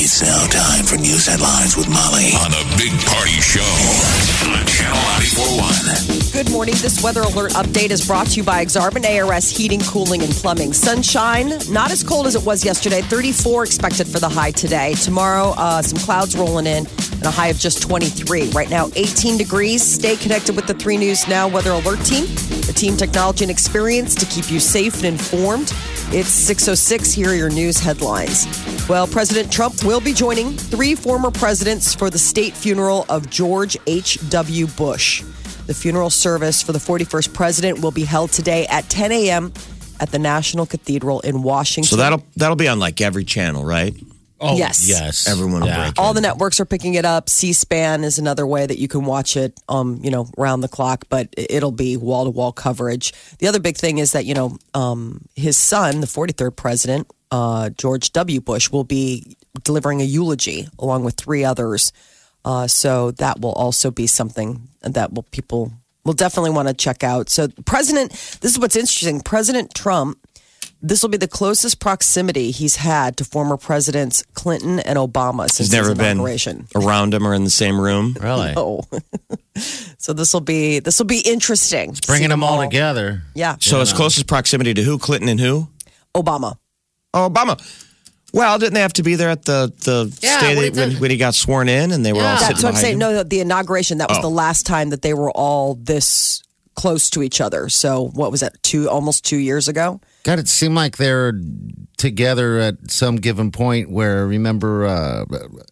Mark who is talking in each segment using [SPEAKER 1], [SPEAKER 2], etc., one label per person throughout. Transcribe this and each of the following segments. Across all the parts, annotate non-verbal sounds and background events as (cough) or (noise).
[SPEAKER 1] It's now time for news headlines with Molly on a big party show on Channel 941.
[SPEAKER 2] Good morning. This weather alert update is brought to you by Exarban ARS Heating, Cooling, and Plumbing. Sunshine, not as cold as it was yesterday. 34 expected for the high today. Tomorrow, uh, some clouds rolling in and a high of just 23. Right now, 18 degrees. Stay connected with the 3 News Now Weather Alert Team, the team technology and experience to keep you safe and informed. It's 606. Here are your news headlines. Well, President Trump will be joining three former presidents for the state funeral of George H.W. Bush. The funeral service for the 41st president will be held today at 10 a.m. at the National Cathedral in Washington.
[SPEAKER 3] So that'll that'll be on like every channel, right?
[SPEAKER 4] Oh,
[SPEAKER 2] Yes.
[SPEAKER 3] Everyone will break.
[SPEAKER 2] all the networks are picking it up. C-SPAN is another way that you can watch it, um, you know, round the clock, but i- it'll be wall-to-wall coverage. The other big thing is that you know um, his son, the 43rd president, uh, George W. Bush, will be delivering a eulogy along with three others. Uh, so that will also be something that will people will definitely want to check out. So President, this is what's interesting. President Trump this will be the closest proximity he's had to former presidents Clinton and Obama since
[SPEAKER 3] He's never
[SPEAKER 2] his
[SPEAKER 3] been
[SPEAKER 2] inauguration.
[SPEAKER 3] around him or in the same room.
[SPEAKER 4] Really?
[SPEAKER 2] Oh, (laughs) so this will be this will be interesting.
[SPEAKER 4] Bringing
[SPEAKER 2] See
[SPEAKER 4] them all together.
[SPEAKER 2] Yeah,
[SPEAKER 3] So it's closest proximity to who? Clinton and who?
[SPEAKER 2] Obama.
[SPEAKER 3] Oh, Obama. Well, didn't they have to be there at the the
[SPEAKER 4] Yeah,
[SPEAKER 3] state
[SPEAKER 4] when he
[SPEAKER 3] when, when,
[SPEAKER 4] did-
[SPEAKER 3] he got sworn in, and they were all
[SPEAKER 4] Yeah.
[SPEAKER 3] sitting
[SPEAKER 2] That's what I'm
[SPEAKER 3] behind
[SPEAKER 2] saying.
[SPEAKER 3] him?
[SPEAKER 2] No, no, the inauguration that was
[SPEAKER 3] Oh.
[SPEAKER 2] the last time that they were all this close to each other. So what was that? Two almost two years ago.
[SPEAKER 4] God, it seemed like they're together at some given point where, remember, uh,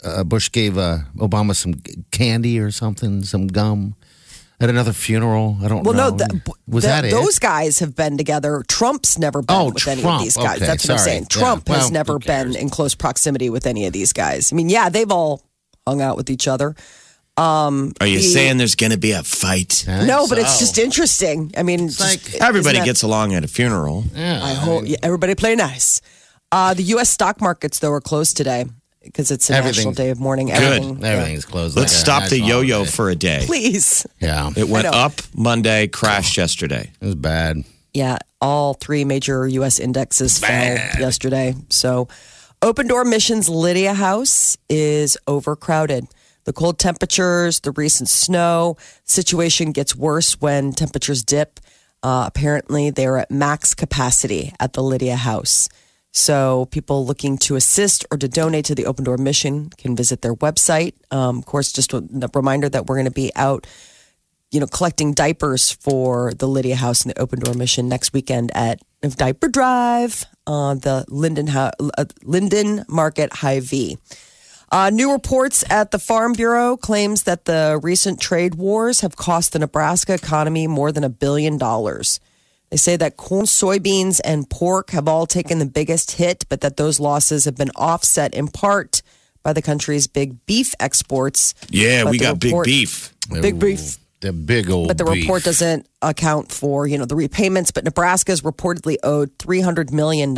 [SPEAKER 4] uh, Bush gave uh, Obama some candy or something, some gum at another funeral. I don't
[SPEAKER 2] Well,
[SPEAKER 4] know.
[SPEAKER 2] no, the,
[SPEAKER 4] was
[SPEAKER 2] the-
[SPEAKER 4] that it?
[SPEAKER 2] those guys have been together. Trump's never been
[SPEAKER 4] Oh,
[SPEAKER 2] with any of
[SPEAKER 4] Trump.
[SPEAKER 2] these guys.
[SPEAKER 4] Okay,
[SPEAKER 2] That's what I'm
[SPEAKER 4] sorry.
[SPEAKER 2] saying.
[SPEAKER 4] Yeah.
[SPEAKER 2] Trump has
[SPEAKER 4] Well,
[SPEAKER 2] never
[SPEAKER 4] who
[SPEAKER 2] been in close proximity with any of these guys. I mean, yeah, they've all hung out with each other.
[SPEAKER 3] Are you saying there's going to be a fight?
[SPEAKER 4] I think
[SPEAKER 2] No, but it's
[SPEAKER 4] so.
[SPEAKER 2] just interesting. I mean,
[SPEAKER 4] like-
[SPEAKER 2] just-
[SPEAKER 3] Everybody
[SPEAKER 2] isn't that-
[SPEAKER 3] gets along at a funeral.
[SPEAKER 4] Yeah.
[SPEAKER 2] I hope yeah, everybody play nice. Uh, the U.S. stock markets though are closed today because it's a national
[SPEAKER 4] Everything-
[SPEAKER 2] day of mourning. Everything, yeah.
[SPEAKER 4] Everything's closed.
[SPEAKER 3] Let's
[SPEAKER 4] like a
[SPEAKER 3] stop the
[SPEAKER 4] national
[SPEAKER 3] yo-yo
[SPEAKER 4] holiday.
[SPEAKER 3] for a day.
[SPEAKER 2] (laughs) Please,
[SPEAKER 4] Yeah, it
[SPEAKER 3] It went
[SPEAKER 2] I know.
[SPEAKER 3] up Monday,
[SPEAKER 2] Oh.
[SPEAKER 3] crashed yesterday.
[SPEAKER 4] was bad.
[SPEAKER 2] yeah, all three major U.S. indexes fell yesterday. So, Open Door Missions Lydia House is overcrowded. The cold temperatures, the recent snow situation gets worse when temperatures dip. Uh, apparently, they're at max capacity at the Lydia House. So, people looking to assist or to donate to the Open Door Mission can visit their website. Um, of course, just a reminder that we're going to be out you know, collecting diapers for the Lydia House and the Open Door Mission next weekend at Diaper Drive, uh, the Linden Ho- uh, Linden Market High V. Uh, new reports at the Farm Bureau claims that the recent trade wars have cost the Nebraska economy more than a billion dollars. They say that corn, soybeans, and pork have all taken the biggest hit, but that those losses have been offset in part by the country's big beef exports.
[SPEAKER 3] Yeah,
[SPEAKER 2] But
[SPEAKER 3] we
[SPEAKER 2] the
[SPEAKER 3] got
[SPEAKER 2] report-
[SPEAKER 3] big beef.
[SPEAKER 2] Big beef.
[SPEAKER 4] The big old.
[SPEAKER 2] But the
[SPEAKER 4] beef.
[SPEAKER 2] report doesn't account for, you know, the repayments, but Nebraska is reportedly owed $300 million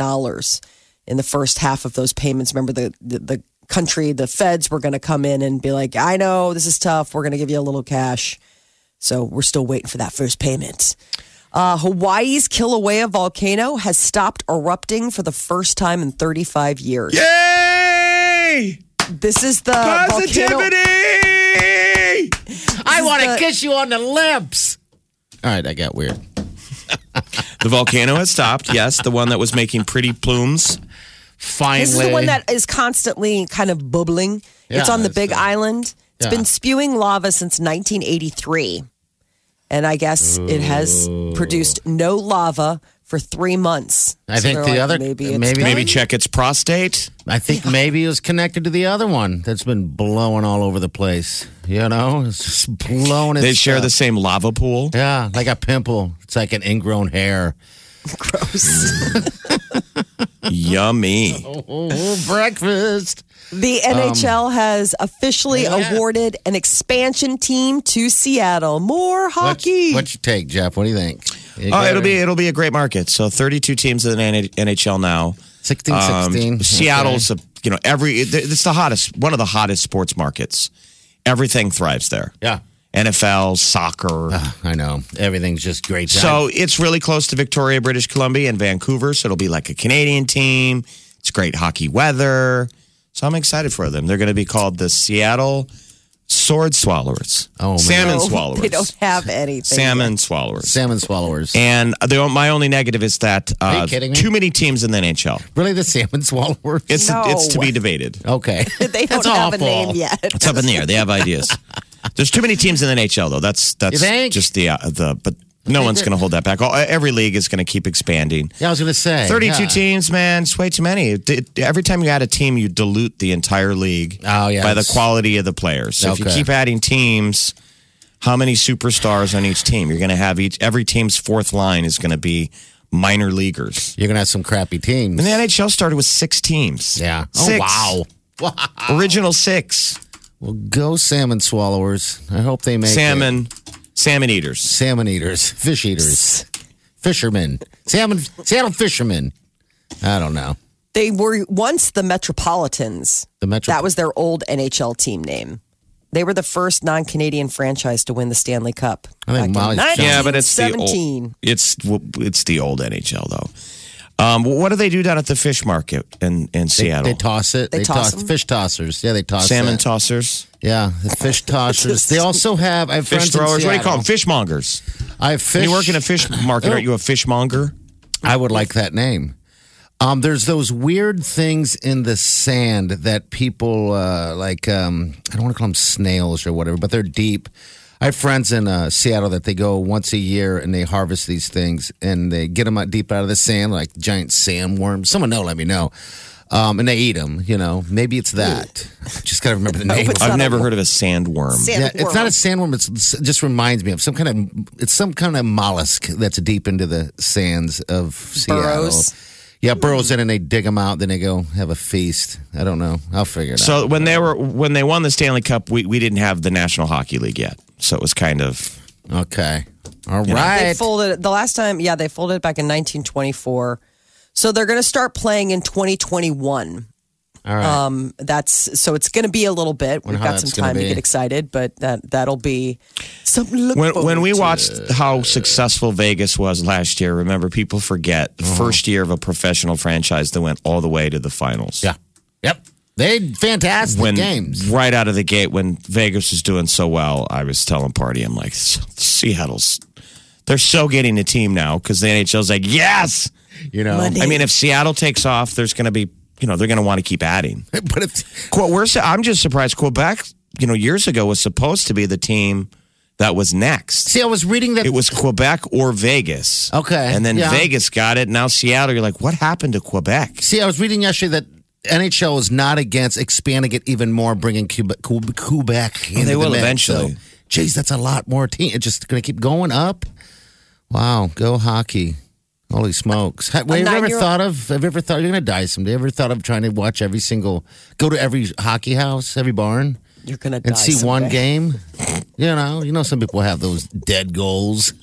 [SPEAKER 2] in the first half of those payments. Remember the, the, the country, the feds were going to come in and be like, I know this is tough. We're going to give you a little cash. So we're still waiting for that first payment. Uh, Hawaii's Kilauea volcano has stopped erupting for the first time in 35 years.
[SPEAKER 3] Yay!
[SPEAKER 2] This is the volcano.
[SPEAKER 3] Positivity!
[SPEAKER 4] I want
[SPEAKER 2] the-
[SPEAKER 4] to kiss you on the lips. All right, I got weird.
[SPEAKER 3] The volcano has stopped. Yes, the one that was making pretty plumes.
[SPEAKER 4] Finally,
[SPEAKER 2] This is the one that is constantly kind of bubbling.
[SPEAKER 4] Yeah,
[SPEAKER 2] it's on the
[SPEAKER 4] it's
[SPEAKER 2] Big
[SPEAKER 4] the-
[SPEAKER 2] Island. It's
[SPEAKER 4] yeah.
[SPEAKER 2] been spewing lava since 1983. And I guess it has produced no lava for three months.
[SPEAKER 4] I
[SPEAKER 2] So
[SPEAKER 4] think
[SPEAKER 2] they're
[SPEAKER 4] the
[SPEAKER 2] like,
[SPEAKER 4] other-
[SPEAKER 2] maybe it's
[SPEAKER 4] maybe-
[SPEAKER 2] done.
[SPEAKER 3] Maybe check its prostate.
[SPEAKER 4] I think maybe it was connected to the other one that's been blowing all over the place. You know, it's just blowing.
[SPEAKER 3] They
[SPEAKER 4] its uh,
[SPEAKER 3] share the
[SPEAKER 4] stuff.
[SPEAKER 3] same lava pool.
[SPEAKER 4] Yeah, like a pimple. It's like an ingrown hair.
[SPEAKER 2] Gross.
[SPEAKER 4] (laughs)
[SPEAKER 2] (laughs)
[SPEAKER 3] Yummy.
[SPEAKER 4] Oh, breakfast.
[SPEAKER 2] The NHL has officially
[SPEAKER 4] Um, yeah.
[SPEAKER 2] awarded an expansion team to Seattle. More
[SPEAKER 4] What's,
[SPEAKER 2] hockey.
[SPEAKER 4] what's your take, Jeff? What do you think? You
[SPEAKER 3] Oh,
[SPEAKER 4] got
[SPEAKER 3] it'll be it'll be a great market. So 32 teams in the NH- NHL now.
[SPEAKER 4] 16, 16. Mm-hmm. Okay.
[SPEAKER 3] um, Seattle's a, you know every it- it's the hottest one of the hottest sports markets. Everything thrives there.
[SPEAKER 4] Yeah. Uh-huh.
[SPEAKER 3] NFL, soccer.
[SPEAKER 4] I know. Everything's just great.
[SPEAKER 3] so it's really close to Victoria, British Columbia, and Vancouver. So it'll be like a Canadian team. It's great hockey weather. So I'm excited for them. They're going to be called the Seattle Sword Swallowers.
[SPEAKER 4] Oh, man.
[SPEAKER 3] salmon
[SPEAKER 2] No, (laughs)
[SPEAKER 3] swallowers.
[SPEAKER 2] They don't have anything.
[SPEAKER 3] salmon swallowers.
[SPEAKER 4] salmon swallowers.
[SPEAKER 3] And the, my only negative is that uh,
[SPEAKER 4] you kidding me?
[SPEAKER 3] too many teams in the NHL.
[SPEAKER 4] really, the salmon (laughs) swallowers?
[SPEAKER 3] It's
[SPEAKER 2] No.
[SPEAKER 3] it's to be debated.
[SPEAKER 4] okay.
[SPEAKER 2] (laughs) They don't
[SPEAKER 4] That's
[SPEAKER 2] have a
[SPEAKER 4] awful.
[SPEAKER 2] name yet.
[SPEAKER 3] It's up in the air. They have
[SPEAKER 4] (laughs)
[SPEAKER 3] ideas. There's too many teams in the NHL though. That's that's
[SPEAKER 4] You think?
[SPEAKER 3] just the uh, the but no one's going to hold that back. All, every league is going to keep expanding.
[SPEAKER 4] Yeah, I was going to say.
[SPEAKER 3] 32
[SPEAKER 4] yeah.
[SPEAKER 3] teams, man. It's way too many. It- it- every time you add a team, you dilute the entire league
[SPEAKER 4] Oh, yes.
[SPEAKER 3] by the quality of the players. So if you
[SPEAKER 4] Okay.
[SPEAKER 3] keep adding teams, how many superstars on each team? You're going to have each every team's fourth line is going to be minor leaguers.
[SPEAKER 4] You're going to have some crappy teams.
[SPEAKER 3] And the NHL started with six teams.
[SPEAKER 4] yeah.
[SPEAKER 3] Six.
[SPEAKER 4] Oh, wow.
[SPEAKER 3] Original six.
[SPEAKER 4] Well, go salmon swallowers. I hope they make it.
[SPEAKER 3] Salmon, salmon eaters.
[SPEAKER 4] salmon eaters, fish eaters, fishermen, salmon, salmon fishermen. I don't know.
[SPEAKER 2] They were once the Metropolitans.
[SPEAKER 4] The Metro-
[SPEAKER 2] That was their old NHL team name. They were the first non-Canadian franchise to win the Stanley Cup.
[SPEAKER 4] I think
[SPEAKER 2] back in
[SPEAKER 4] Molly's-
[SPEAKER 3] Yeah, but it's the old.
[SPEAKER 2] 1917.
[SPEAKER 3] It's it's the old NHL though. Um, what do they do down at the fish market in in
[SPEAKER 4] They,
[SPEAKER 3] Seattle?
[SPEAKER 4] they toss it.
[SPEAKER 2] They
[SPEAKER 4] They,
[SPEAKER 2] toss
[SPEAKER 4] toss,
[SPEAKER 2] them?
[SPEAKER 4] fish tossers. Yeah, they toss
[SPEAKER 3] Salmon
[SPEAKER 4] that.
[SPEAKER 3] tossers,
[SPEAKER 4] Yeah, the
[SPEAKER 2] (laughs)
[SPEAKER 4] fish tossers. they also have. I have
[SPEAKER 3] fish
[SPEAKER 4] friends in
[SPEAKER 3] throwers. What do you call them?
[SPEAKER 4] Seattle.
[SPEAKER 3] Fishmongers.
[SPEAKER 4] I have
[SPEAKER 3] When
[SPEAKER 4] fish.
[SPEAKER 3] you work in a
[SPEAKER 4] (clears throat)
[SPEAKER 3] fish market,
[SPEAKER 4] Oh.
[SPEAKER 3] aren't you a fishmonger?
[SPEAKER 4] I would like that name. Um, there's those weird things in the sand that people uh, like. Um, I don't want to call them snails or whatever, but they're deep. I have friends in uh, Seattle that they go once a year and they harvest these things and they get them out deep out of the sand, like giant sandworms. Someone know, let me know. Um, and they eat them. You know, maybe it's that. Just gotta remember the name.
[SPEAKER 2] it's
[SPEAKER 3] I've
[SPEAKER 2] not
[SPEAKER 3] never heard of a sandworm.
[SPEAKER 4] Yeah, it's not a sandworm. It's, it just reminds me of some kind of it's some kind of mollusk that's deep into the sands of Seattle.
[SPEAKER 2] Burrows?
[SPEAKER 4] Yeah, burrows in and they dig them out. Then they go have a feast. I don't know. I'll figure it out.
[SPEAKER 3] So when they were when they won the Stanley Cup, we, we didn't have the National Hockey League yet, so it was kind of
[SPEAKER 4] Okay. All
[SPEAKER 2] They
[SPEAKER 4] right.
[SPEAKER 2] folded it- the last time. Yeah, they folded it back in 1924. So they're going to start playing in 2021.
[SPEAKER 4] All right.
[SPEAKER 2] Um, that's so it's going to be a little bit. We've
[SPEAKER 4] Wonder how
[SPEAKER 2] got some
[SPEAKER 4] that's gonna
[SPEAKER 2] time to
[SPEAKER 4] be.
[SPEAKER 2] get excited, but that that'll be something. To look
[SPEAKER 3] when
[SPEAKER 2] forward
[SPEAKER 3] when we
[SPEAKER 2] to.
[SPEAKER 3] watched how successful Vegas was last year. Remember, people forget the first year of a professional franchise that went all the way to the finals.
[SPEAKER 4] yeah. Yep. They fantastic
[SPEAKER 3] when
[SPEAKER 4] games.
[SPEAKER 3] right out of the gate when Vegas was doing so well, I was telling Party, I'm like, "S- Seattle's they're so getting a team now because the NHL's like, yes.
[SPEAKER 4] You know.
[SPEAKER 2] Monday.
[SPEAKER 3] I mean, if Seattle takes off, there's going to be you know they're going to want to keep adding.
[SPEAKER 4] (laughs) But if,
[SPEAKER 3] Qu- we're, su- I'm just surprised Quebec, you know, years ago was supposed to be the team that was next.
[SPEAKER 4] see, I was reading that.
[SPEAKER 3] It was Quebec or Vegas.
[SPEAKER 4] Okay,
[SPEAKER 3] and then
[SPEAKER 4] yeah.
[SPEAKER 3] Vegas got it. Now Seattle, you're like, what happened to Quebec?
[SPEAKER 4] see, I was reading yesterday that. NHL is not against expanding it even more, bringing Quebec. Quebec into
[SPEAKER 3] they
[SPEAKER 4] the
[SPEAKER 3] will
[SPEAKER 4] mix.
[SPEAKER 3] eventually.
[SPEAKER 4] So, geez, that's a lot more team. It's just going to keep going up. Wow, go hockey! Holy smokes! Ha- Have you ever
[SPEAKER 2] nine-year-old-
[SPEAKER 4] thought of? Have you ever thought you're going to die someday? Ever thought of trying to watch every single, go to every hockey house, every barn,
[SPEAKER 2] you're going to
[SPEAKER 4] and see one game? You know, you know, some people have those dead goals.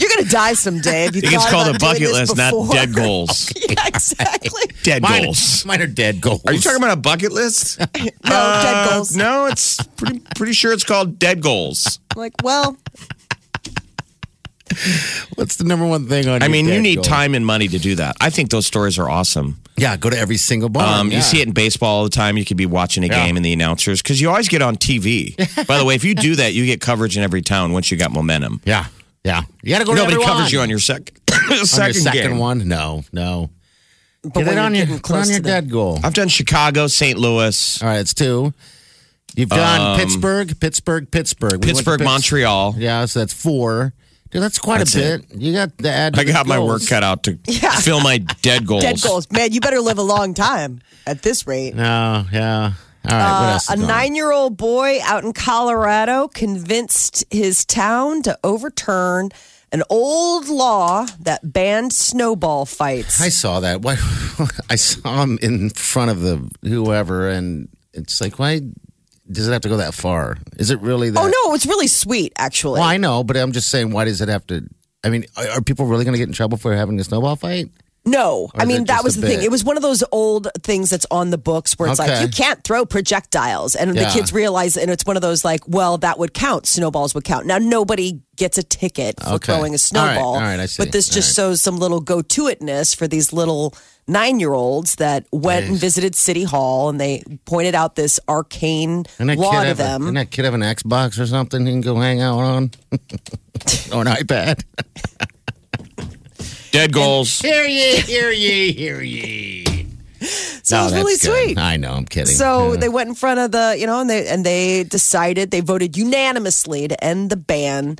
[SPEAKER 2] You're going to die someday. If you
[SPEAKER 3] It gets
[SPEAKER 2] thought
[SPEAKER 3] called
[SPEAKER 2] about
[SPEAKER 3] a bucket
[SPEAKER 2] doing this
[SPEAKER 3] list, not
[SPEAKER 2] before.
[SPEAKER 3] dead goals.
[SPEAKER 2] (laughs) yeah, exactly.
[SPEAKER 3] (laughs) Dead
[SPEAKER 4] Mine,
[SPEAKER 3] goals.
[SPEAKER 4] mine are dead goals.
[SPEAKER 3] Are you talking about a bucket list? no,
[SPEAKER 2] No, dead goals.
[SPEAKER 3] Uh, No, it's pretty, pretty sure it's called dead goals.
[SPEAKER 2] Like, well,
[SPEAKER 4] What's the number one thing on?
[SPEAKER 3] I
[SPEAKER 4] your
[SPEAKER 3] mean, you
[SPEAKER 4] dead
[SPEAKER 3] need
[SPEAKER 4] goal?
[SPEAKER 3] time and money to do that. I think those stories are awesome.
[SPEAKER 4] Yeah, go to every single barn.
[SPEAKER 3] Um, You see it in baseball all the time. You could be watching a game and the announcers because you always get on TV. By the way, if you do that, you get coverage in every town once you got momentum.
[SPEAKER 4] Yeah, yeah. You got to go. to
[SPEAKER 3] Nobody
[SPEAKER 4] every
[SPEAKER 3] covers
[SPEAKER 4] one.
[SPEAKER 3] you on your sec- (coughs)
[SPEAKER 4] On your
[SPEAKER 3] second
[SPEAKER 4] second
[SPEAKER 3] game.
[SPEAKER 4] one. No, no.
[SPEAKER 2] but
[SPEAKER 4] Get
[SPEAKER 2] when
[SPEAKER 4] it on
[SPEAKER 2] you're
[SPEAKER 4] your,
[SPEAKER 2] getting
[SPEAKER 4] put it on
[SPEAKER 2] close
[SPEAKER 4] your
[SPEAKER 2] to the-
[SPEAKER 4] dead goal.
[SPEAKER 3] I've done Chicago, St. Louis,
[SPEAKER 4] All right, it's two. You've done Pittsburgh, Pittsburgh, Pittsburgh. We went to
[SPEAKER 3] Um, Pittsburgh,
[SPEAKER 4] Pitts-
[SPEAKER 3] Montreal.
[SPEAKER 4] Yeah, so that's four. Dude, that's quite
[SPEAKER 3] That's
[SPEAKER 4] a bit. You got the ad.
[SPEAKER 3] I got my work cut out to
[SPEAKER 2] Yeah.
[SPEAKER 3] fill my dead goals.
[SPEAKER 2] dead goals. Man, you better live a long time at this rate.
[SPEAKER 4] No, yeah. All right, what
[SPEAKER 2] Uh,
[SPEAKER 4] else?
[SPEAKER 2] a
[SPEAKER 4] is going on?
[SPEAKER 2] nine year old boy out in Colorado convinced his town to overturn an old law that banned snowball fights.
[SPEAKER 4] I saw that. Why? (laughs) I saw him in front of the whoever, and it's like, why does it have to go that far? Is it really that?
[SPEAKER 2] oh no, it's really sweet actually.
[SPEAKER 4] Well, I know, but I'm just saying, why does it have to? I mean, are are people really going to get in trouble for having a snowball fight?
[SPEAKER 2] No, I
[SPEAKER 4] is
[SPEAKER 2] mean
[SPEAKER 4] it
[SPEAKER 2] that
[SPEAKER 4] just
[SPEAKER 2] was
[SPEAKER 4] a
[SPEAKER 2] the thing.
[SPEAKER 4] bit?
[SPEAKER 2] It was one of those old things that's on the books where it's like
[SPEAKER 4] Okay.
[SPEAKER 2] you can't throw projectiles, and the
[SPEAKER 4] Yeah.
[SPEAKER 2] kids realize, and it's one of those like, well, that would count. Snowballs would count. Now nobody gets a ticket for
[SPEAKER 4] Okay.
[SPEAKER 2] throwing a
[SPEAKER 4] All right,
[SPEAKER 2] snowball,
[SPEAKER 4] all right, I see.
[SPEAKER 2] but this
[SPEAKER 4] All
[SPEAKER 2] just shows some little go-to-itness for these little nine-year-olds that went and visited City Hall, and they pointed out this arcane
[SPEAKER 4] And that
[SPEAKER 2] law
[SPEAKER 4] kid
[SPEAKER 2] to
[SPEAKER 4] have a-
[SPEAKER 2] them.
[SPEAKER 4] didn't that kid have an Xbox or something he can go hang out on? (laughs) or an iPad?
[SPEAKER 3] Dead goals.
[SPEAKER 4] hear ye, hear ye, hear (laughs) ye.
[SPEAKER 2] so it was really sweet.
[SPEAKER 4] I know, I'm kidding.
[SPEAKER 2] So
[SPEAKER 4] Yeah.
[SPEAKER 2] they went in front of the, you know, and they and they decided they voted unanimously to end the ban.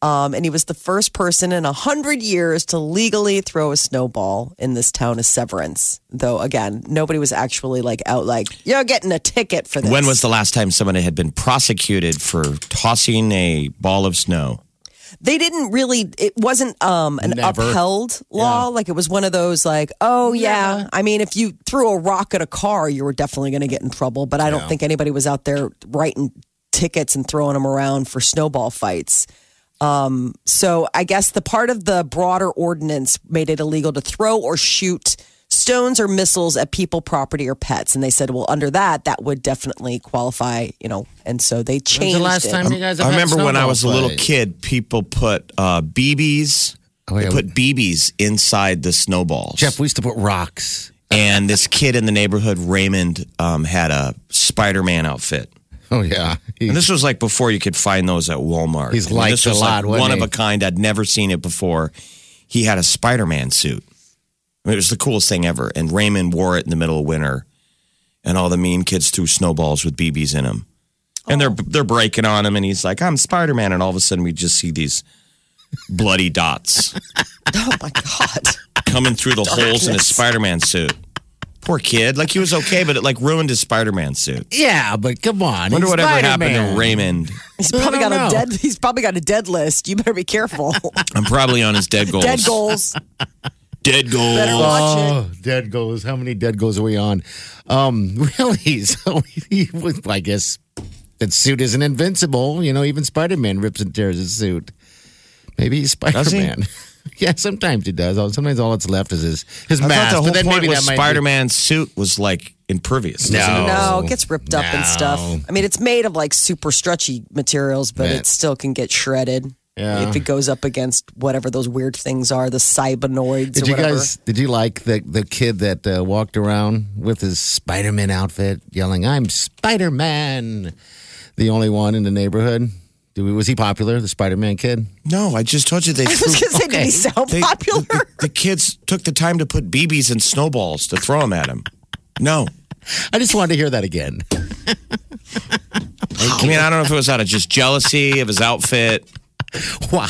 [SPEAKER 2] Um, and he was the first person in a hundred years to legally throw a snowball in this town of Severance. Though again, nobody was actually like out like you're getting a ticket for this.
[SPEAKER 3] When was the last time someone had been prosecuted for tossing a ball of snow?
[SPEAKER 2] they didn't really? It wasn't um, an
[SPEAKER 4] Never.
[SPEAKER 2] upheld law. Like it was one of those like, oh yeah. I mean, if you threw a rock at a car, you were definitely going to get in trouble. But I don't think anybody was out there writing tickets and throwing them around for snowball fights. Um, So I guess the part of the broader ordinance made it illegal to throw or shoot stones or missiles at people, property, or pets. And they said, well, under that, that would definitely qualify, you know. And so they
[SPEAKER 4] When's
[SPEAKER 2] changed
[SPEAKER 4] the last
[SPEAKER 2] it.
[SPEAKER 4] time you guys? have
[SPEAKER 3] I
[SPEAKER 4] had
[SPEAKER 3] remember when I
[SPEAKER 4] snowball
[SPEAKER 3] was a little
[SPEAKER 4] fight?
[SPEAKER 3] kid, people put uh, BBs.
[SPEAKER 4] Oh, yeah.
[SPEAKER 3] They put BBs inside the snowballs.
[SPEAKER 4] Jeff, we used to put rocks.
[SPEAKER 3] and this kid in the neighborhood, Raymond, um, had a Spider-Man outfit.
[SPEAKER 4] Oh yeah, He-
[SPEAKER 3] And this was like before you could find those at Walmart.
[SPEAKER 4] He's
[SPEAKER 3] I mean,
[SPEAKER 4] liked
[SPEAKER 3] this was
[SPEAKER 4] a
[SPEAKER 3] like
[SPEAKER 4] lot, wasn't
[SPEAKER 3] one of
[SPEAKER 4] he?
[SPEAKER 3] a kind. I'd never seen it before. He had a Spider-Man suit. I mean, it was the coolest thing ever. And Raymond wore it in the middle of winter, and all the mean kids threw snowballs with BBs in them, and they're they're breaking on him. And he's like, "I'm Spider-Man," and all of a sudden we just see these bloody
[SPEAKER 4] (laughs)
[SPEAKER 3] dots
[SPEAKER 2] Oh, my God.
[SPEAKER 3] coming through the holes in his Spider-Man suit. Poor kid. Like he was okay, but it like ruined his Spider-Man suit.
[SPEAKER 4] yeah, but come on.
[SPEAKER 3] Wonder
[SPEAKER 4] he's
[SPEAKER 3] whatever happened
[SPEAKER 4] Spider-Man.
[SPEAKER 3] to Raymond.
[SPEAKER 2] He's probably
[SPEAKER 4] I
[SPEAKER 2] got
[SPEAKER 4] don't
[SPEAKER 2] a
[SPEAKER 4] know.
[SPEAKER 2] dead. He's probably got a dead list. You better be
[SPEAKER 4] (laughs)
[SPEAKER 2] careful.
[SPEAKER 3] I'm probably on his (laughs) dead goals.
[SPEAKER 2] dead goals.
[SPEAKER 3] Dead goals.
[SPEAKER 2] Better watch it.
[SPEAKER 4] Oh, dead goals. How many dead goals are we on? Um, (laughs) really? So he was, I guess that suit isn't invincible. You know, even Spider Man rips and tears his suit. Maybe he's Spider
[SPEAKER 3] Does he?
[SPEAKER 4] Man. (laughs) yeah, sometimes he does. Sometimes all that's left is his his
[SPEAKER 3] I
[SPEAKER 4] mask.
[SPEAKER 3] thought the whole
[SPEAKER 4] but then
[SPEAKER 3] point
[SPEAKER 4] maybe
[SPEAKER 3] was
[SPEAKER 4] that might be-
[SPEAKER 3] Spider Man's suit was like impervious. isn't it?
[SPEAKER 2] No,
[SPEAKER 4] No.
[SPEAKER 2] it gets ripped up and stuff.
[SPEAKER 4] No.
[SPEAKER 2] I mean, it's made of like super stretchy materials, but
[SPEAKER 4] Man.
[SPEAKER 2] it still can get shredded
[SPEAKER 4] Yeah.
[SPEAKER 2] if it goes up against whatever those weird things are, the cybanoids
[SPEAKER 4] Did
[SPEAKER 2] or
[SPEAKER 4] you
[SPEAKER 2] whatever.
[SPEAKER 4] guys? Did you like the the kid that uh, walked around with his Spider Man outfit, yelling, "I'm Spider Man," the only one in the neighborhood? Do we, was he popular? The Spider Man kid?
[SPEAKER 3] No, I just told you
[SPEAKER 2] (laughs)
[SPEAKER 3] they.
[SPEAKER 2] I was
[SPEAKER 3] threw-
[SPEAKER 2] going to say, did he sound
[SPEAKER 3] they-
[SPEAKER 2] popular?
[SPEAKER 3] The, the kids took the time to put BBs and snowballs to throw them at him. No,
[SPEAKER 4] I just wanted to hear that again.
[SPEAKER 3] I mean I don't know if it was out of just jealousy of his outfit.
[SPEAKER 4] Wow.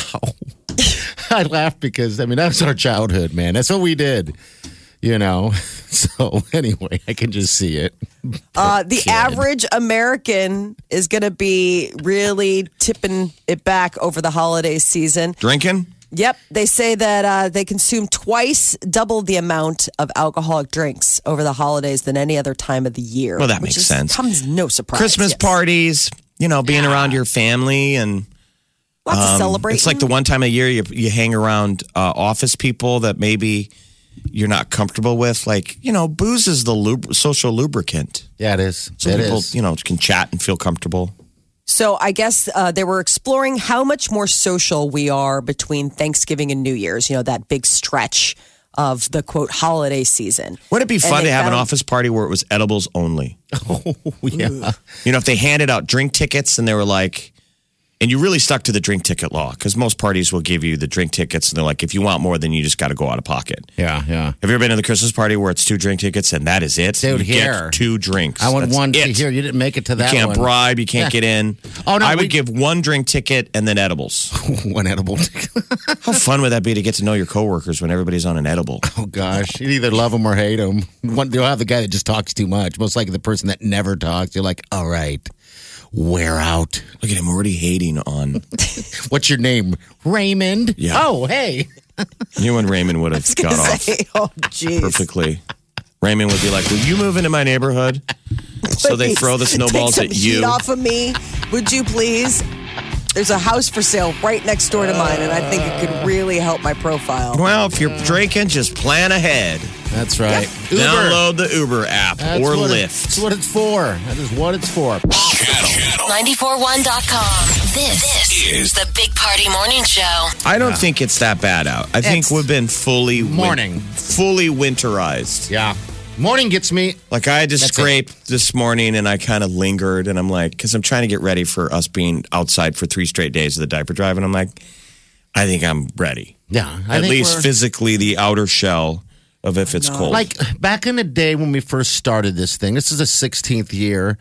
[SPEAKER 4] (laughs) I laugh because, I mean, that's our childhood, man. That's what we did, you know? (laughs) So, anyway, I can just see it.
[SPEAKER 2] Uh, the average American is going to be really tipping it back over the holiday season.
[SPEAKER 3] Drinking.
[SPEAKER 2] Yep, they say that uh, they consume twice double the amount of alcoholic drinks over the holidays than any other time of the year.
[SPEAKER 3] Well, that
[SPEAKER 2] which
[SPEAKER 3] makes
[SPEAKER 2] is-
[SPEAKER 3] sense.
[SPEAKER 2] Comes no surprise.
[SPEAKER 3] Christmas
[SPEAKER 2] yes.
[SPEAKER 3] parties. You know, being around your family and
[SPEAKER 2] Lots of celebrating.
[SPEAKER 3] um, it's like the one time a year you you hang around uh, office people that maybe you're not comfortable with. Like you know, booze is the lub- social lubricant.
[SPEAKER 4] Yeah, it is.
[SPEAKER 3] So
[SPEAKER 4] It
[SPEAKER 3] people
[SPEAKER 4] is.
[SPEAKER 3] you know can chat and feel comfortable.
[SPEAKER 2] So I guess uh, they were exploring how much more social we are between Thanksgiving and New Year's. You know that big stretch of the quote holiday season.
[SPEAKER 3] Wouldn't it be
[SPEAKER 2] And
[SPEAKER 3] fun
[SPEAKER 2] they
[SPEAKER 3] to have an
[SPEAKER 2] found-
[SPEAKER 3] office party where it was edibles
[SPEAKER 4] (laughs)
[SPEAKER 3] only?
[SPEAKER 4] Oh, yeah.
[SPEAKER 3] You know, if they handed out drink tickets and they were like, and you really stuck to the drink ticket law because most parties will give you the drink tickets and they're like, if you want more, then you just got to go out of pocket.
[SPEAKER 4] Yeah, yeah.
[SPEAKER 3] Have you ever been to the Christmas party where it's two drink tickets and that is it?
[SPEAKER 4] Dude,
[SPEAKER 3] you
[SPEAKER 4] here.
[SPEAKER 3] get two drinks.
[SPEAKER 4] I want
[SPEAKER 3] That's
[SPEAKER 4] one to
[SPEAKER 3] it.
[SPEAKER 4] hear. You didn't make it to
[SPEAKER 3] You
[SPEAKER 4] that
[SPEAKER 3] can't
[SPEAKER 4] one.
[SPEAKER 3] bribe. You can't
[SPEAKER 4] Yeah.
[SPEAKER 3] get in.
[SPEAKER 4] Oh, no,
[SPEAKER 3] I would
[SPEAKER 4] we-
[SPEAKER 3] give one drink ticket and then
[SPEAKER 4] (laughs)
[SPEAKER 3] edibles.
[SPEAKER 4] one edible.
[SPEAKER 3] How fun would that be to get to know your coworkers when everybody's on an
[SPEAKER 4] (laughs)
[SPEAKER 3] edible?
[SPEAKER 4] oh, gosh. You either love them or hate them. One, you'll have the guy that just talks too much, most likely the person that never talks. You're like, all right, wear out.
[SPEAKER 3] Look at him already hating on
[SPEAKER 4] What's your name? Raymond.
[SPEAKER 3] Yeah.
[SPEAKER 4] Oh, hey.
[SPEAKER 3] you and Raymond
[SPEAKER 4] (laughs)
[SPEAKER 3] would have got
[SPEAKER 2] (laughs)
[SPEAKER 3] off
[SPEAKER 2] oh, jeez.
[SPEAKER 3] perfectly. Raymond would be like, "Will you move into my
[SPEAKER 4] (laughs)
[SPEAKER 3] neighborhood?" So they
[SPEAKER 2] Please,
[SPEAKER 3] throw
[SPEAKER 2] (laughs)
[SPEAKER 3] the
[SPEAKER 2] take
[SPEAKER 3] snowballs
[SPEAKER 2] some
[SPEAKER 3] at you.
[SPEAKER 2] Heat off of me, would you please? There's a house for sale right next door to mine, and I think it could really help my profile.
[SPEAKER 3] Well, if you're drinking, just plan ahead.
[SPEAKER 4] That's right.
[SPEAKER 3] Download the Uber app
[SPEAKER 4] That's
[SPEAKER 3] or
[SPEAKER 4] what it-
[SPEAKER 3] Lyft.
[SPEAKER 4] That's what it's for. That is what it's for.
[SPEAKER 1] Channel
[SPEAKER 5] 941.com. This, this
[SPEAKER 1] is
[SPEAKER 5] is the Big Party Morning Show.
[SPEAKER 3] I don't think it's that bad out. I think
[SPEAKER 2] It's-
[SPEAKER 3] we've been fully win-
[SPEAKER 4] Morning.
[SPEAKER 3] fully winterized.
[SPEAKER 4] Yeah. Morning gets me.
[SPEAKER 3] Like I had to
[SPEAKER 4] That's
[SPEAKER 3] scrape this morning, and I kind of lingered, and I'm like, because I'm trying to get ready for us being outside for three straight days of the diaper drive, and I'm like, I think I'm ready.
[SPEAKER 4] Yeah. I
[SPEAKER 3] At
[SPEAKER 4] think
[SPEAKER 3] least
[SPEAKER 4] we're-
[SPEAKER 3] physically, the outer shell of if it's cold.
[SPEAKER 4] Like back in the day when we first started this thing, this is the 16th year.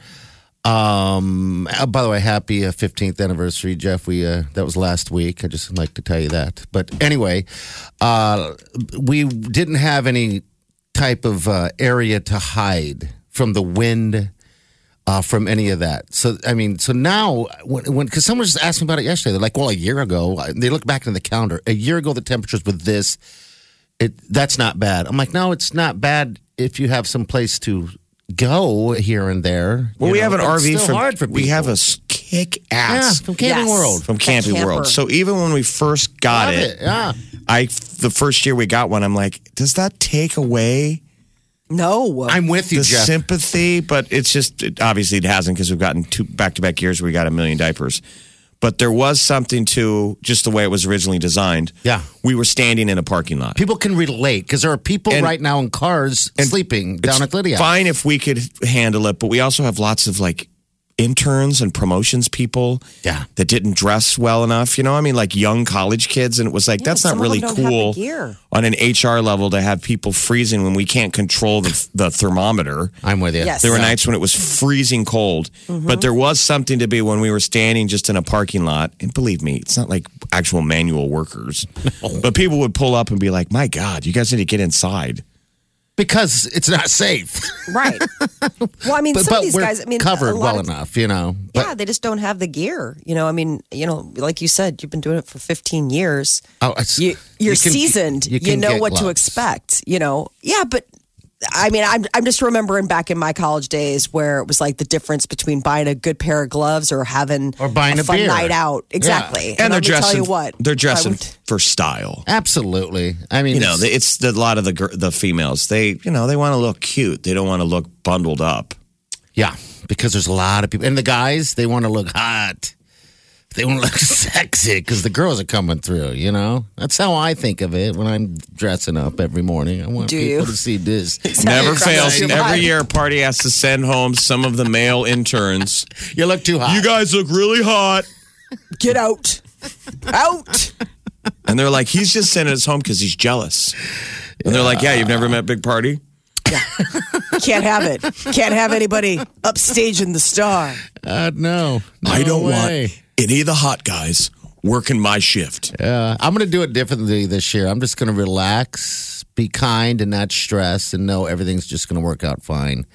[SPEAKER 4] Um, uh, by the way, happy uh, 15th anniversary, Jeff. We uh, that was last week. I just like to tell you that. But anyway, uh, we didn't have any type of uh, area to hide from the wind, uh, from any of that. So I mean, so now when when because someone just asked me about it yesterday, they're like, well, a year ago, they look back into the calendar. A year ago, the temperatures were this it that's not bad. I'm like, no, it's not bad if you have some place to go here and there.
[SPEAKER 3] well,
[SPEAKER 4] you
[SPEAKER 3] we
[SPEAKER 4] know,
[SPEAKER 3] have an
[SPEAKER 4] but it's
[SPEAKER 3] RV
[SPEAKER 4] still
[SPEAKER 3] from
[SPEAKER 4] hard for
[SPEAKER 3] we
[SPEAKER 4] people.
[SPEAKER 3] have a kick
[SPEAKER 4] yeah,
[SPEAKER 3] ass
[SPEAKER 4] from Camping
[SPEAKER 2] Yes.
[SPEAKER 4] World.
[SPEAKER 3] from
[SPEAKER 2] That
[SPEAKER 3] Camping World.
[SPEAKER 2] camper.
[SPEAKER 3] So even when we first got
[SPEAKER 4] Love
[SPEAKER 3] it,
[SPEAKER 4] it. Yeah,
[SPEAKER 3] I the first year we got one, I'm like, does that take away?
[SPEAKER 2] No.
[SPEAKER 4] I'm with you,
[SPEAKER 3] the
[SPEAKER 4] Jeff.
[SPEAKER 3] sympathy, but it's just it, obviously it hasn't because we've gotten two back to back years where we got a million diapers. But there was something to just the way it was originally designed.
[SPEAKER 4] Yeah.
[SPEAKER 3] we were standing in a parking lot.
[SPEAKER 4] people can relate because there are people
[SPEAKER 3] And-
[SPEAKER 4] right now in cars sleeping down at Lydia.
[SPEAKER 3] Fine if we could handle it, but we also have lots of like interns and promotions people
[SPEAKER 4] Yeah.
[SPEAKER 3] that didn't dress well enough. You know, I mean, like young college kids, and it was like that's not
[SPEAKER 2] some of
[SPEAKER 3] really
[SPEAKER 2] them don't have the
[SPEAKER 3] cool
[SPEAKER 2] gear.
[SPEAKER 3] on an HR level to have people freezing when we can't control the, the thermometer.
[SPEAKER 4] I'm with you.
[SPEAKER 2] Yes.
[SPEAKER 3] There were nights when it was freezing cold,
[SPEAKER 2] Mm-hmm.
[SPEAKER 3] but there was something to be when we were standing just in a parking lot. And believe me, it's not like actual
[SPEAKER 2] (laughs)
[SPEAKER 3] manual workers, but people would pull up and be like, "My God, you guys need to get inside."
[SPEAKER 4] because it's not safe.
[SPEAKER 2] Right. Well, I mean,
[SPEAKER 4] (laughs) but
[SPEAKER 2] some
[SPEAKER 4] but
[SPEAKER 2] of these
[SPEAKER 4] we're
[SPEAKER 2] guys, I mean,
[SPEAKER 4] covered
[SPEAKER 2] a lot
[SPEAKER 4] well
[SPEAKER 2] of,
[SPEAKER 4] enough, you know. But
[SPEAKER 2] yeah, they just don't have the gear. You know, I mean, you know, like you said, you've been doing it for 15 years.
[SPEAKER 4] Oh, it's-
[SPEAKER 2] you,
[SPEAKER 4] you
[SPEAKER 2] you're
[SPEAKER 4] can-
[SPEAKER 2] seasoned. You,
[SPEAKER 4] you can
[SPEAKER 2] know
[SPEAKER 4] get
[SPEAKER 2] what to
[SPEAKER 4] gloves.
[SPEAKER 2] expect. You know, yeah, but I mean, I'm I'm just remembering back in my college days where it was like the difference between buying a good pair of gloves or having
[SPEAKER 4] Or buying a
[SPEAKER 2] fun
[SPEAKER 4] beer.
[SPEAKER 2] night out.
[SPEAKER 4] Yeah.
[SPEAKER 2] Exactly,
[SPEAKER 3] And, they're
[SPEAKER 2] let me
[SPEAKER 3] dressing.
[SPEAKER 2] Tell you what,
[SPEAKER 3] they're
[SPEAKER 2] I
[SPEAKER 3] dressing
[SPEAKER 2] would-
[SPEAKER 3] for style.
[SPEAKER 4] absolutely. I mean,
[SPEAKER 3] You know,
[SPEAKER 4] it's-
[SPEAKER 3] the- it's the, a lot of the gir- the females. They you know they want to look cute. They don't want to look bundled up.
[SPEAKER 4] Yeah, because there's a lot of people, and the guys they want to look hot. They want to look (laughs) sexy because the girls are coming through. You know, that's how I think of it when I'm dressing up every morning. I want
[SPEAKER 2] Do
[SPEAKER 4] people
[SPEAKER 2] you?
[SPEAKER 4] to
[SPEAKER 2] (laughs)
[SPEAKER 4] see this.
[SPEAKER 3] Never
[SPEAKER 2] You're
[SPEAKER 3] fails.
[SPEAKER 2] right.
[SPEAKER 3] Every year, party has to send home some of the male interns.
[SPEAKER 4] You look too hot.
[SPEAKER 3] You guys look really hot.
[SPEAKER 2] get out, out.
[SPEAKER 3] And they're like, he's just sending us home because he's jealous. And they're like, yeah, you've never met Big Party?
[SPEAKER 2] Can't have it. Can't have anybody upstaging the star.
[SPEAKER 4] uh, no, no
[SPEAKER 3] I don't
[SPEAKER 4] way.
[SPEAKER 3] want any of the hot guys working my shift.
[SPEAKER 4] Yeah, Uh, I'm gonna do it differently this year. I'm just gonna relax, be kind, and not stress, and know everything's just gonna work out fine.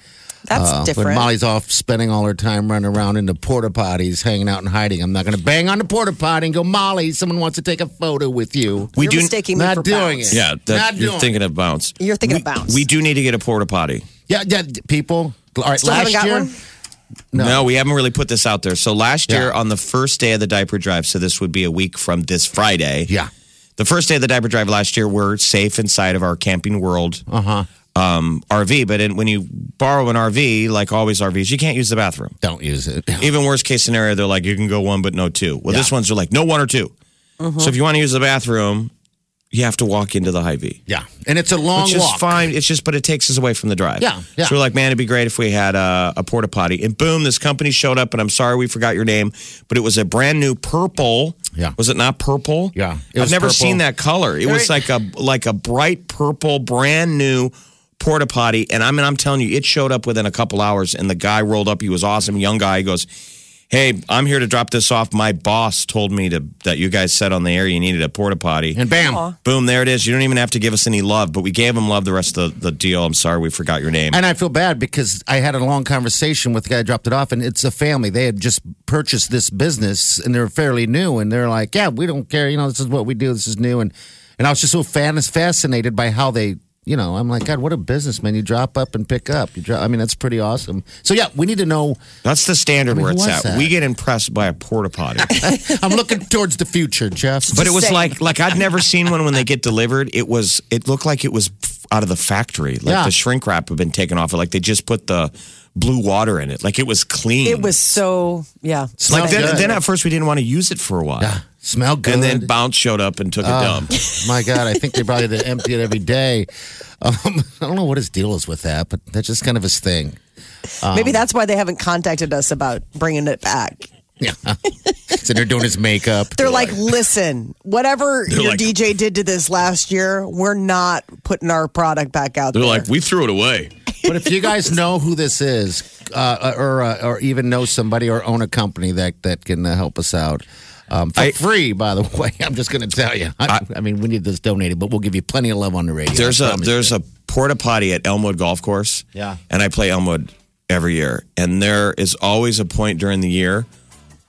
[SPEAKER 2] That's
[SPEAKER 4] Uh,
[SPEAKER 2] different.
[SPEAKER 4] When Molly's off spending all her time running around in the porta potties, hanging out and hiding, I'm not going to bang on the porta potty and go, Molly, someone wants to take a photo with you.
[SPEAKER 3] We
[SPEAKER 2] you're
[SPEAKER 3] do.
[SPEAKER 2] mistaking me
[SPEAKER 4] Not
[SPEAKER 2] for
[SPEAKER 4] doing
[SPEAKER 2] Bounce.
[SPEAKER 4] it.
[SPEAKER 3] Yeah, that,
[SPEAKER 4] Not
[SPEAKER 3] you're
[SPEAKER 4] doing
[SPEAKER 3] thinking of bounce.
[SPEAKER 2] You're thinking
[SPEAKER 3] we,
[SPEAKER 2] of bounce.
[SPEAKER 3] We do need to get a porta potty.
[SPEAKER 4] Yeah, yeah, d- people. All right,
[SPEAKER 2] Still
[SPEAKER 4] last
[SPEAKER 2] haven't got
[SPEAKER 4] year,
[SPEAKER 2] one?
[SPEAKER 3] No. we haven't really put this out there. So last year
[SPEAKER 4] Yeah.
[SPEAKER 3] on the first day of the diaper drive, so this would be a week from this Friday.
[SPEAKER 4] yeah,
[SPEAKER 3] The first day of the diaper drive last year, we're safe inside of our camping world
[SPEAKER 4] uh huh.
[SPEAKER 3] um, RV. But in, when you borrow an RV, like always RVs, you can't use the bathroom.
[SPEAKER 4] Don't use it.
[SPEAKER 3] even worst case scenario, they're like, you can go one, but no two. Well, this one's are like, no one or 2 So if you want to use the bathroom, you have to walk into the high V.
[SPEAKER 4] Yeah, and it's a long
[SPEAKER 3] Which
[SPEAKER 4] walk.
[SPEAKER 3] is fine. It's just, but it takes us away from the drive.
[SPEAKER 4] Yeah, yeah.
[SPEAKER 3] So we're like, man, it'd be great if we had a, a porta potty. And boom, this company showed up, and I'm sorry we forgot your name, but it was a brand new purple.
[SPEAKER 4] Yeah.
[SPEAKER 3] Was it not purple?
[SPEAKER 4] Yeah, it
[SPEAKER 3] I've
[SPEAKER 4] was
[SPEAKER 3] never
[SPEAKER 4] purple.
[SPEAKER 3] seen that color. It was like a like a bright purple, brand new porta potty. And I mean, I'm telling you, it showed up within a couple hours, and the guy rolled up. He was awesome, young guy. He goes, hey, I'm here to drop this off. My boss told me to that you guys said on the air you needed a porta potty.
[SPEAKER 4] And bam.
[SPEAKER 3] Boom, there it is. You don't even have to give us any love, but we gave him love the rest of the, the deal. I'm sorry we forgot your name.
[SPEAKER 4] And I feel bad because I had a long conversation with the guy who dropped it off, and it's a family. They had just purchased this business, and they're fairly new, and they're like, "Yeah, we don't care. You know, this is what we do. This is new." And and I was just so fan- fascinated by how they, you know, I'm like, God, what a businessman! You drop up and pick up. You drop. I mean, that's pretty awesome. So yeah, we need to
[SPEAKER 3] (laughs)
[SPEAKER 4] know.
[SPEAKER 3] That's the standard where it's
[SPEAKER 4] what's
[SPEAKER 3] at.
[SPEAKER 4] that?
[SPEAKER 3] We get impressed by a porta
[SPEAKER 4] (laughs)
[SPEAKER 3] potty.
[SPEAKER 4] I'm looking towards the future, Jeff.
[SPEAKER 3] but it was
[SPEAKER 2] Same.
[SPEAKER 3] like like I'd never seen one when they get delivered. It was it looked like it was out of the factory. Like
[SPEAKER 4] Yeah.
[SPEAKER 3] the shrink wrap had been taken off it. Like they just put the blue water in it. Like it was clean.
[SPEAKER 2] It was so yeah.
[SPEAKER 4] smell
[SPEAKER 3] like then,
[SPEAKER 4] good.
[SPEAKER 3] then at first we didn't want to use it for a while.
[SPEAKER 4] smell good. Uh.
[SPEAKER 3] And then Bounce showed up and took a dump.
[SPEAKER 4] My God, I think they probably had to empty it every day. (laughs) Um, I don't know what his deal is with that, but that's just kind of his thing.
[SPEAKER 6] Maybe that's why they haven't contacted us about bringing it back.
[SPEAKER 4] Yeah. Sitting there doing his makeup.
[SPEAKER 6] They're like, listen, whatever your
[SPEAKER 3] like-
[SPEAKER 6] DJ did to this last year, we're not putting our product back out
[SPEAKER 3] They're
[SPEAKER 6] there.
[SPEAKER 3] like, we threw it away.
[SPEAKER 4] but if
[SPEAKER 6] (laughs)
[SPEAKER 4] you guys know who this is, uh, or uh, or even know somebody or own a company that that can uh, help us out. Um, for
[SPEAKER 3] I-
[SPEAKER 4] free, by the (laughs) way. I'm just going to tell you. I, I mean, we need this donated, but we'll give you plenty of love on the radio.
[SPEAKER 3] There's
[SPEAKER 4] I
[SPEAKER 3] a
[SPEAKER 4] promise
[SPEAKER 3] there's
[SPEAKER 4] you.
[SPEAKER 3] a porta potty at Elmwood Golf Course.
[SPEAKER 4] Yeah.
[SPEAKER 3] And I play Elmwood every year. And there is always a point during the year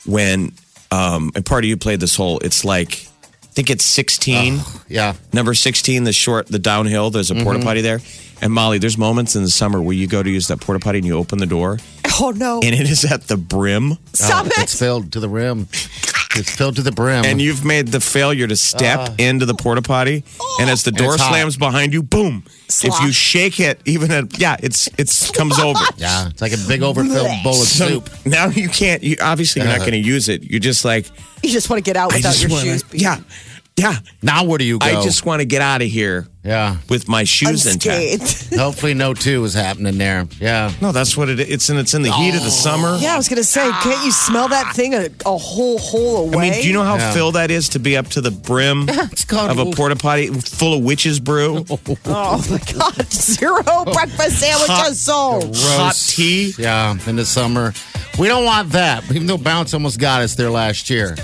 [SPEAKER 3] when um and part of you played this hole, it's like I think it's sixteen.
[SPEAKER 4] yeah.
[SPEAKER 3] Number sixteen, the short the downhill, there's a porta potty there. And Molly, there's moments in the summer where you go to use that porta potty and you open the door
[SPEAKER 6] (laughs) oh no,
[SPEAKER 3] and uh, it is at the brim.
[SPEAKER 6] stop
[SPEAKER 4] It's
[SPEAKER 6] it!
[SPEAKER 4] filled to the rim. It's filled to the brim.
[SPEAKER 3] And you've made the failure to step into the porta potty, and as the door
[SPEAKER 4] it's hot.
[SPEAKER 3] slams behind you, boom! If you shake it, even a yeah, it's it's comes over.
[SPEAKER 4] yeah, it's like a big overfilled bowl of
[SPEAKER 3] So
[SPEAKER 4] soup.
[SPEAKER 3] now you can't. You obviously you're not going to use it. You're just like
[SPEAKER 6] You just want to get out
[SPEAKER 3] I
[SPEAKER 6] without
[SPEAKER 3] just
[SPEAKER 6] your
[SPEAKER 3] want
[SPEAKER 6] shoes.
[SPEAKER 3] to. Yeah, yeah.
[SPEAKER 4] Now where do you go?
[SPEAKER 3] I just want to get out of here
[SPEAKER 4] yeah.
[SPEAKER 3] with my shoes intact.
[SPEAKER 6] unscathed. (laughs)
[SPEAKER 4] Hopefully, no two is happening there. Yeah.
[SPEAKER 3] No, that's what it. It's and it's in the heat of the summer.
[SPEAKER 6] Yeah, I was gonna say, can't you smell that thing a, a whole hole
[SPEAKER 3] I
[SPEAKER 6] away?
[SPEAKER 3] mean, do you know how
[SPEAKER 4] Yeah.
[SPEAKER 3] filled that is to be up to the brim
[SPEAKER 4] It's called
[SPEAKER 3] of a porta potty full of witches brew,
[SPEAKER 6] (laughs) Oh my God, zero breakfast
[SPEAKER 3] Hot.
[SPEAKER 6] sandwiches
[SPEAKER 3] (laughs)
[SPEAKER 6] sold.
[SPEAKER 3] hot tea?
[SPEAKER 4] Yeah, in the summer. We don't want that, even though Bounce almost got us there last year.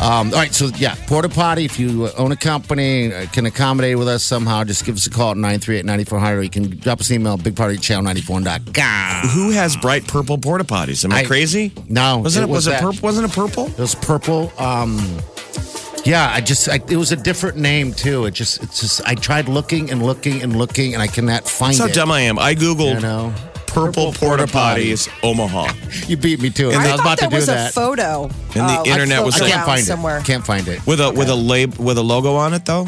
[SPEAKER 4] Um, all right, so yeah, porta potty. If you own a company, uh, can accommodate with us somehow, just give us a call at 938 9400. You can drop us an email at bigpartychannel94.com.
[SPEAKER 3] Who has bright purple porta potties? Am I,
[SPEAKER 4] I-
[SPEAKER 3] crazy?
[SPEAKER 4] No,
[SPEAKER 3] Wasn't it,
[SPEAKER 4] it
[SPEAKER 3] was
[SPEAKER 4] was
[SPEAKER 3] it
[SPEAKER 4] that.
[SPEAKER 3] purple? Wasn't it purple?
[SPEAKER 4] It was purple. Um, yeah, I just I, it was a different name too. It just it's just I tried looking and looking and looking and I cannot find
[SPEAKER 3] That's how
[SPEAKER 4] it.
[SPEAKER 3] dumb I am. I googled
[SPEAKER 4] You know,
[SPEAKER 3] purple, porta potties Omaha.
[SPEAKER 4] you beat me to
[SPEAKER 6] I,
[SPEAKER 4] it. I, was
[SPEAKER 6] thought
[SPEAKER 4] about
[SPEAKER 6] there
[SPEAKER 4] to do
[SPEAKER 6] was
[SPEAKER 4] that.
[SPEAKER 6] a photo.
[SPEAKER 3] the
[SPEAKER 6] uh, like
[SPEAKER 3] internet was
[SPEAKER 4] I
[SPEAKER 6] floating
[SPEAKER 3] like-
[SPEAKER 4] can't
[SPEAKER 6] around
[SPEAKER 4] find it.
[SPEAKER 6] somewhere.
[SPEAKER 4] Can't find it.
[SPEAKER 3] With a with a lab with a logo on it though.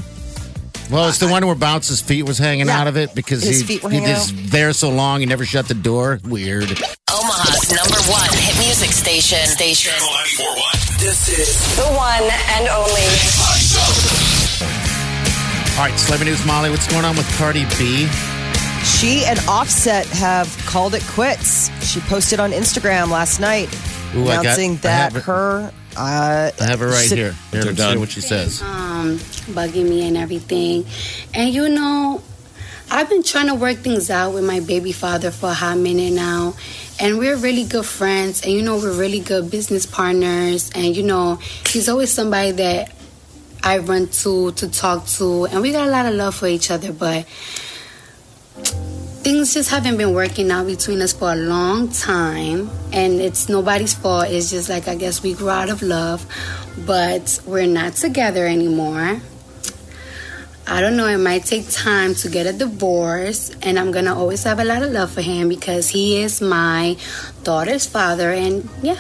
[SPEAKER 4] Well, it's the one where Bounce's feet was hanging
[SPEAKER 6] Yeah.
[SPEAKER 4] out of it because
[SPEAKER 6] His
[SPEAKER 4] he,
[SPEAKER 6] feet were
[SPEAKER 4] he
[SPEAKER 6] hanging
[SPEAKER 4] was there so long he never shut the door. Weird.
[SPEAKER 5] Omaha's number one hit music station. Station.
[SPEAKER 1] This is
[SPEAKER 7] The one and only.
[SPEAKER 4] All right, celebrity news, Molly. What's going on with Cardi B?
[SPEAKER 6] She and Offset have called it quits. She posted on Instagram last night
[SPEAKER 4] Ooh, I got-
[SPEAKER 6] announcing
[SPEAKER 4] I
[SPEAKER 6] that
[SPEAKER 4] have it.
[SPEAKER 6] her. Uh,
[SPEAKER 4] I have it right
[SPEAKER 6] Sit-
[SPEAKER 4] here. Here,
[SPEAKER 3] They're
[SPEAKER 4] let's hear
[SPEAKER 3] done.
[SPEAKER 4] what she says.
[SPEAKER 8] um, bugging me and everything. And you know, I've been trying to work things out with my baby father for a hot minute now. And we're really good friends. And you know, we're really good business partners. And you know, he's always somebody that I run to, to talk to. And we got a lot of love for each other. But things just haven't been working out between us for a long time and it's nobody's fault it's just like i guess we grew out of love but we're not together anymore i don't know it might take time to get a divorce and i'm gonna always have a lot of love for him because he is my daughter's father and yeah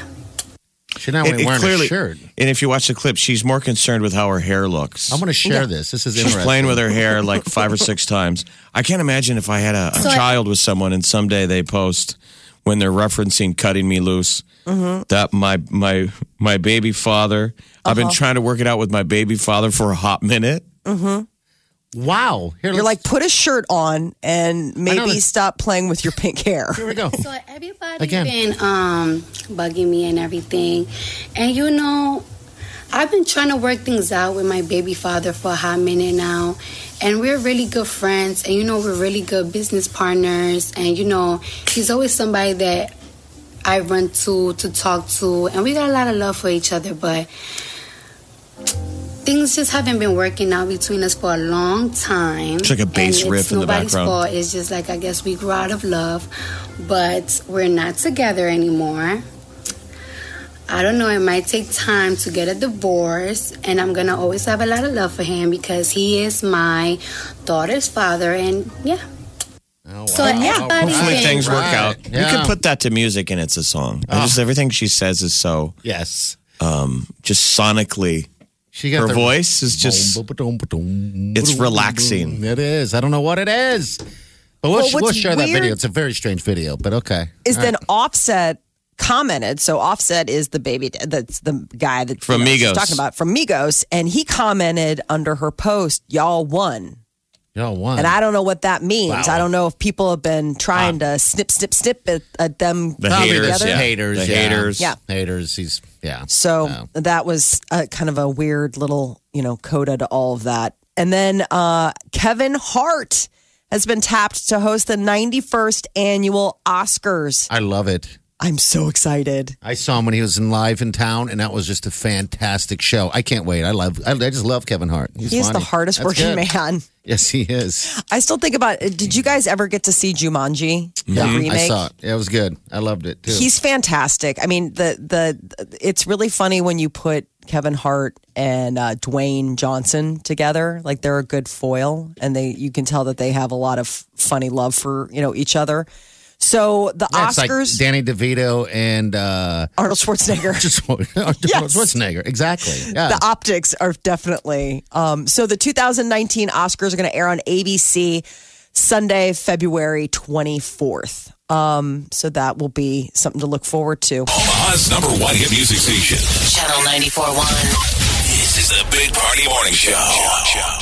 [SPEAKER 4] She's not
[SPEAKER 3] It- it
[SPEAKER 4] even wearing
[SPEAKER 3] clearly-
[SPEAKER 4] a shirt.
[SPEAKER 3] And if you watch the clip, she's more concerned with how her hair looks.
[SPEAKER 4] I'm going to share this. This is
[SPEAKER 3] She's
[SPEAKER 4] interesting.
[SPEAKER 3] playing with her hair like five or six times. I can't imagine if I had a, a
[SPEAKER 8] So I-
[SPEAKER 3] child with someone and someday they post when they're referencing cutting me loose
[SPEAKER 8] Mm-hmm.
[SPEAKER 3] that my my my baby father. I've
[SPEAKER 8] Uh-huh.
[SPEAKER 3] been trying to work it out with my baby father for a hot minute.
[SPEAKER 4] Wow. Here,
[SPEAKER 6] you're like,
[SPEAKER 4] let's-
[SPEAKER 6] put a shirt on and maybe
[SPEAKER 4] that-
[SPEAKER 6] stop playing with your pink
[SPEAKER 4] (laughs)
[SPEAKER 6] hair.
[SPEAKER 4] here we go.
[SPEAKER 8] So everybody
[SPEAKER 4] Again.
[SPEAKER 8] been um, bugging me and everything, and you know, I've been trying to work things out with my baby father for a hot minute now, and we're really good friends, and you know, we're really good business partners, and you know, he's always somebody that I run to to talk to, and we got a lot of love for each other. But things just haven't been working out between us for a long time.
[SPEAKER 3] It's like a bass
[SPEAKER 8] and
[SPEAKER 3] riff
[SPEAKER 8] it's
[SPEAKER 3] in the
[SPEAKER 8] nobody's
[SPEAKER 3] background.
[SPEAKER 8] Fault. It's just like I guess we grew out of love, but we're not together anymore. I don't know. It might take time to get a divorce, and I'm gonna always have a lot of love for him because he is my daughter's father, and yeah. So everybody
[SPEAKER 3] Hopefully
[SPEAKER 8] thinks-
[SPEAKER 3] things work
[SPEAKER 4] Right.
[SPEAKER 3] out.
[SPEAKER 4] Yeah. Ah.
[SPEAKER 3] You can put that to music and it's a song. And Just everything she says is so um,
[SPEAKER 4] Yes.
[SPEAKER 3] just sonically.
[SPEAKER 4] She
[SPEAKER 3] Her voice is just
[SPEAKER 4] It's
[SPEAKER 3] relaxing.
[SPEAKER 4] It is. I don't know what it is. But we'll,
[SPEAKER 2] Well, what's
[SPEAKER 4] we'll share that
[SPEAKER 2] weird-
[SPEAKER 4] video. It's a very strange video, but okay.
[SPEAKER 2] Is
[SPEAKER 4] All
[SPEAKER 2] then
[SPEAKER 4] right.
[SPEAKER 2] Offset commented. So Offset is the baby that's the guy that
[SPEAKER 3] From
[SPEAKER 2] you know, she's
[SPEAKER 3] Migos.
[SPEAKER 2] talking about from Migos, and he commented under her post, "Y'all won."
[SPEAKER 4] Y'all won.
[SPEAKER 2] And I don't know what that means.
[SPEAKER 4] Wow.
[SPEAKER 2] I don't know if people have been trying to snip, snip, snip at, at them
[SPEAKER 3] the
[SPEAKER 2] coming
[SPEAKER 3] haters.
[SPEAKER 2] together.
[SPEAKER 3] Yeah.
[SPEAKER 4] Haters,
[SPEAKER 3] The
[SPEAKER 4] yeah.
[SPEAKER 3] haters.
[SPEAKER 2] Yeah.
[SPEAKER 4] haters. He's yeah.
[SPEAKER 2] So
[SPEAKER 4] Oh.
[SPEAKER 2] that was a, kind of a weird little, you know, coda to all of that. And then uh, Kevin Hart has been tapped to host the 91st annual Oscars.
[SPEAKER 4] I love it.
[SPEAKER 2] I'm so excited.
[SPEAKER 4] I saw him when he was in live in town, and that was just a fantastic show. I can't wait. I love. I, I just love Kevin Hart. He's
[SPEAKER 2] He is the
[SPEAKER 4] funny.
[SPEAKER 2] hardest
[SPEAKER 4] That's
[SPEAKER 2] working
[SPEAKER 4] good.
[SPEAKER 2] man.
[SPEAKER 4] Yes, he is.
[SPEAKER 2] I still think about it. Did you guys ever get to see Jumanji? The remake?
[SPEAKER 4] Mm-hmm. I saw it. It was good. I loved it too.
[SPEAKER 2] He's fantastic. I mean, the the it's really funny when you put Kevin Hart and uh, Dwayne Johnson together. Like they're a good foil, and they you can tell that they have a lot of funny love for you know each other. So the
[SPEAKER 4] Yeah, it's like
[SPEAKER 2] Oscars,
[SPEAKER 4] Danny DeVito and uh, (laughs)
[SPEAKER 2] Arnold Schwarzenegger.
[SPEAKER 4] just Arnold Schwarzenegger. Exactly. Yeah.
[SPEAKER 2] the optics are definitely. Um, so the 2019 Oscars are going to air on ABC Sunday, February 24th. Um, so that will be something to look forward to.
[SPEAKER 1] Omaha's number one hit music station.
[SPEAKER 5] Channel 94.1.
[SPEAKER 1] This is the Big Party Morning Show.